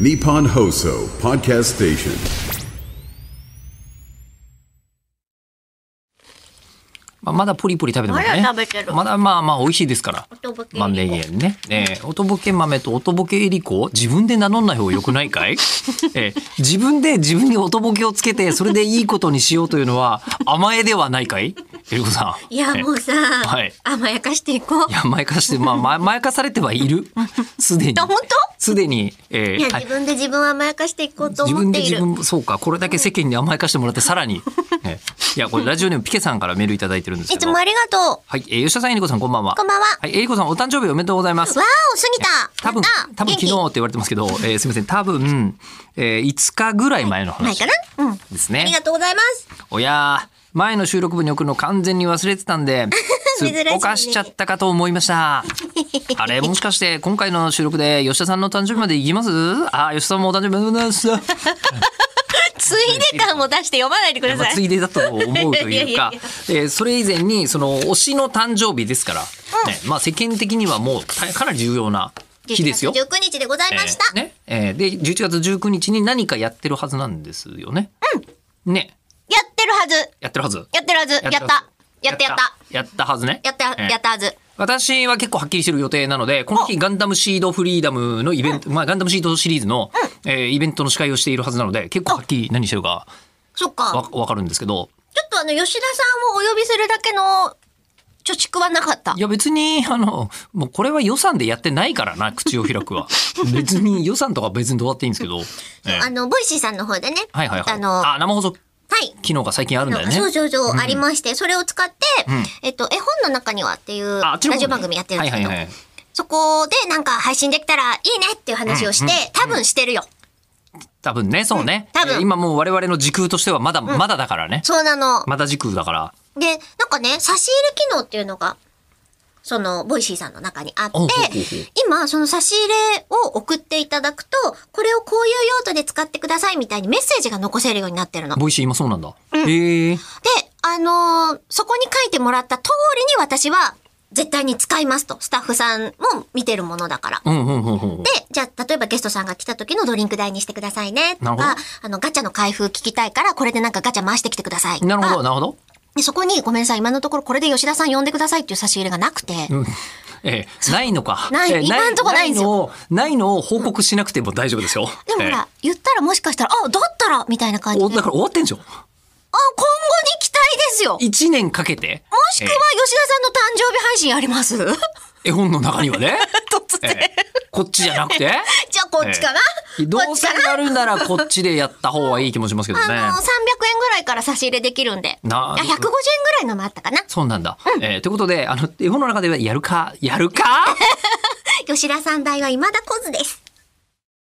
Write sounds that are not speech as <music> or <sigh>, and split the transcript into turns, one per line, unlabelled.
Nippon Hoso Podcast Station.
まあ、まだポリポリ食べてますね。
まだ食べてる
まだまあまあ美味しいですから。
音ぼけ
マンデーゲンね。えー、おとぼけ豆とおとぼけえりこ自分で名乗んない方がよくないか
<laughs>
いえー自分で自分におとぼけをつけて、それでいいことにしようというのは甘えではないかいえりこさん。
いやもうさ、
はい
甘やかしていこう
いや、前かして、まあ、ま前かされてはいる。すでに。
本当
すでに、えー
いや
はい
自分で自分を甘やかしていこうと
自
思
分
っ
で
てい
自
る
分そうかこれだけ世間に甘やかしてもらってさらに、ね、いやこれラジオネームピケさんからメールいただいてるんですけ
いつ
ど
もありがと
はい、えー吉田さんえりこさんこんばんは
こんばんは
はいえりこさんお誕生日おめでとうございます
うわお過ぎた
多分
やった
多分
元
昨
気
日って言われてますけど、えーすみません多分、えー5日ぐらい前の
前
話
か
で
なうん
す
あ
ね
りがとうございます
おやー前の収録部に送るの完全に忘れてたんですっ
<laughs> 珍しいね
ぽかしちゃったかと思いましたあれもしかして今回の収録で吉田さんの誕生日までいきますあー吉田さんもお誕生日おめでとうございます
ついで感を出して読まないでくだ
まあ
さい
ついでだと思うと
いや
い
いやいう
か
やいや
えーそれ以前にその推しの誕生日ですから、ねまあ、世間的にはもうたかなり重要な日ですよ。
19日でございました、
えーねえーで11月19日に何かやってるはずなんですよね。ね
やってるはず
やってるはず。
やってるはずやったやったやった
やったはずね。
やった
えー
やったはず
私は結構はっきりしてる予定なので、この日ガンダムシードフリーダムのイベント、まあガンダムシードシリーズの、えーイベントの司会をしているはずなので、結構はっきり何してるか
そっか
わわかるんですけど、
ちょっとあの吉田さんをお呼びするだけの貯蓄はなかった
いや別に、あの、もうこれは予算でやってないからな、口を開く
<laughs>
は。別に予算とか別にどうだっていいんですけど。ええ
あのボイシーさんの方でね
はいはいはい。
あの
あ、生放送
はい
機能が最近あるんだよね。
そうそうそう、ありまして、それを使って、えっと、絵本の中にはっていう、
あ
ラ
あっちの方ね
ジオ番組やってるんですけど
はいはいはい、
そこでなんか配信できたらいいねっていう話をして、多分してるよ。
多分ね、そうね。
うん多分
え今もう我々の時空としてはまだ、まだだからね。
そうなの。
まだ時空だから。
で、なんかね、差し入れ機能っていうのが、その、ボイシーさんの中にあって
おうおうおうおう、
今、その差し入れを送っていただくと、これをこういう用途で使ってくださいみたいにメッセージが残せるようになってるの。で、
ボイシー今そうなんだ。へえ。
あのーそこに書いてもらった通りに私は、絶対に使いますと。スタッフさんも見てるものだから。
うんうんうんうん。
で、じゃあ、例えばゲストさんが来た時のドリンク代にしてくださいね。と
なるほど
か、あの、ガチャの開封聞きたいから、これでなんかガチャ回してきてください。
なるほど、
とか
なるほど。
で、そこに、ごめんなさい、今のところこれで吉田さん呼んでくださいっていう差し入れがなくて。
うんええ、ないのか。
ない
ええ
今んとこないんですよ
ないのをないのを報告しなくても大丈夫ですよ。
でもほら、言ったらもしかしたら、あ、だったらみたいな
え
感
え
じ
お
で。あ、
だ
今
か
後
ら終わってんじゃん。
に期待ですよも
一年かけて。も
しくは、吉田さんの誕生日配信やります <laughs> 突
絵本の中にはね。え
然。
え <laughs> こっちじゃなくて
じゃあ、 <laughs> こっちかな、
どう
こっち
せ
かな
やるならこっちでやった方がいい気もしますけど
あの、
ね。
300円ぐらいから差し入れできるんで。
な
あ、150円ぐらいのもあったかな。
そうなんだ。えーということで、あの、絵本の中ではやるか、やるか
吉田さん代は未だ来ずです。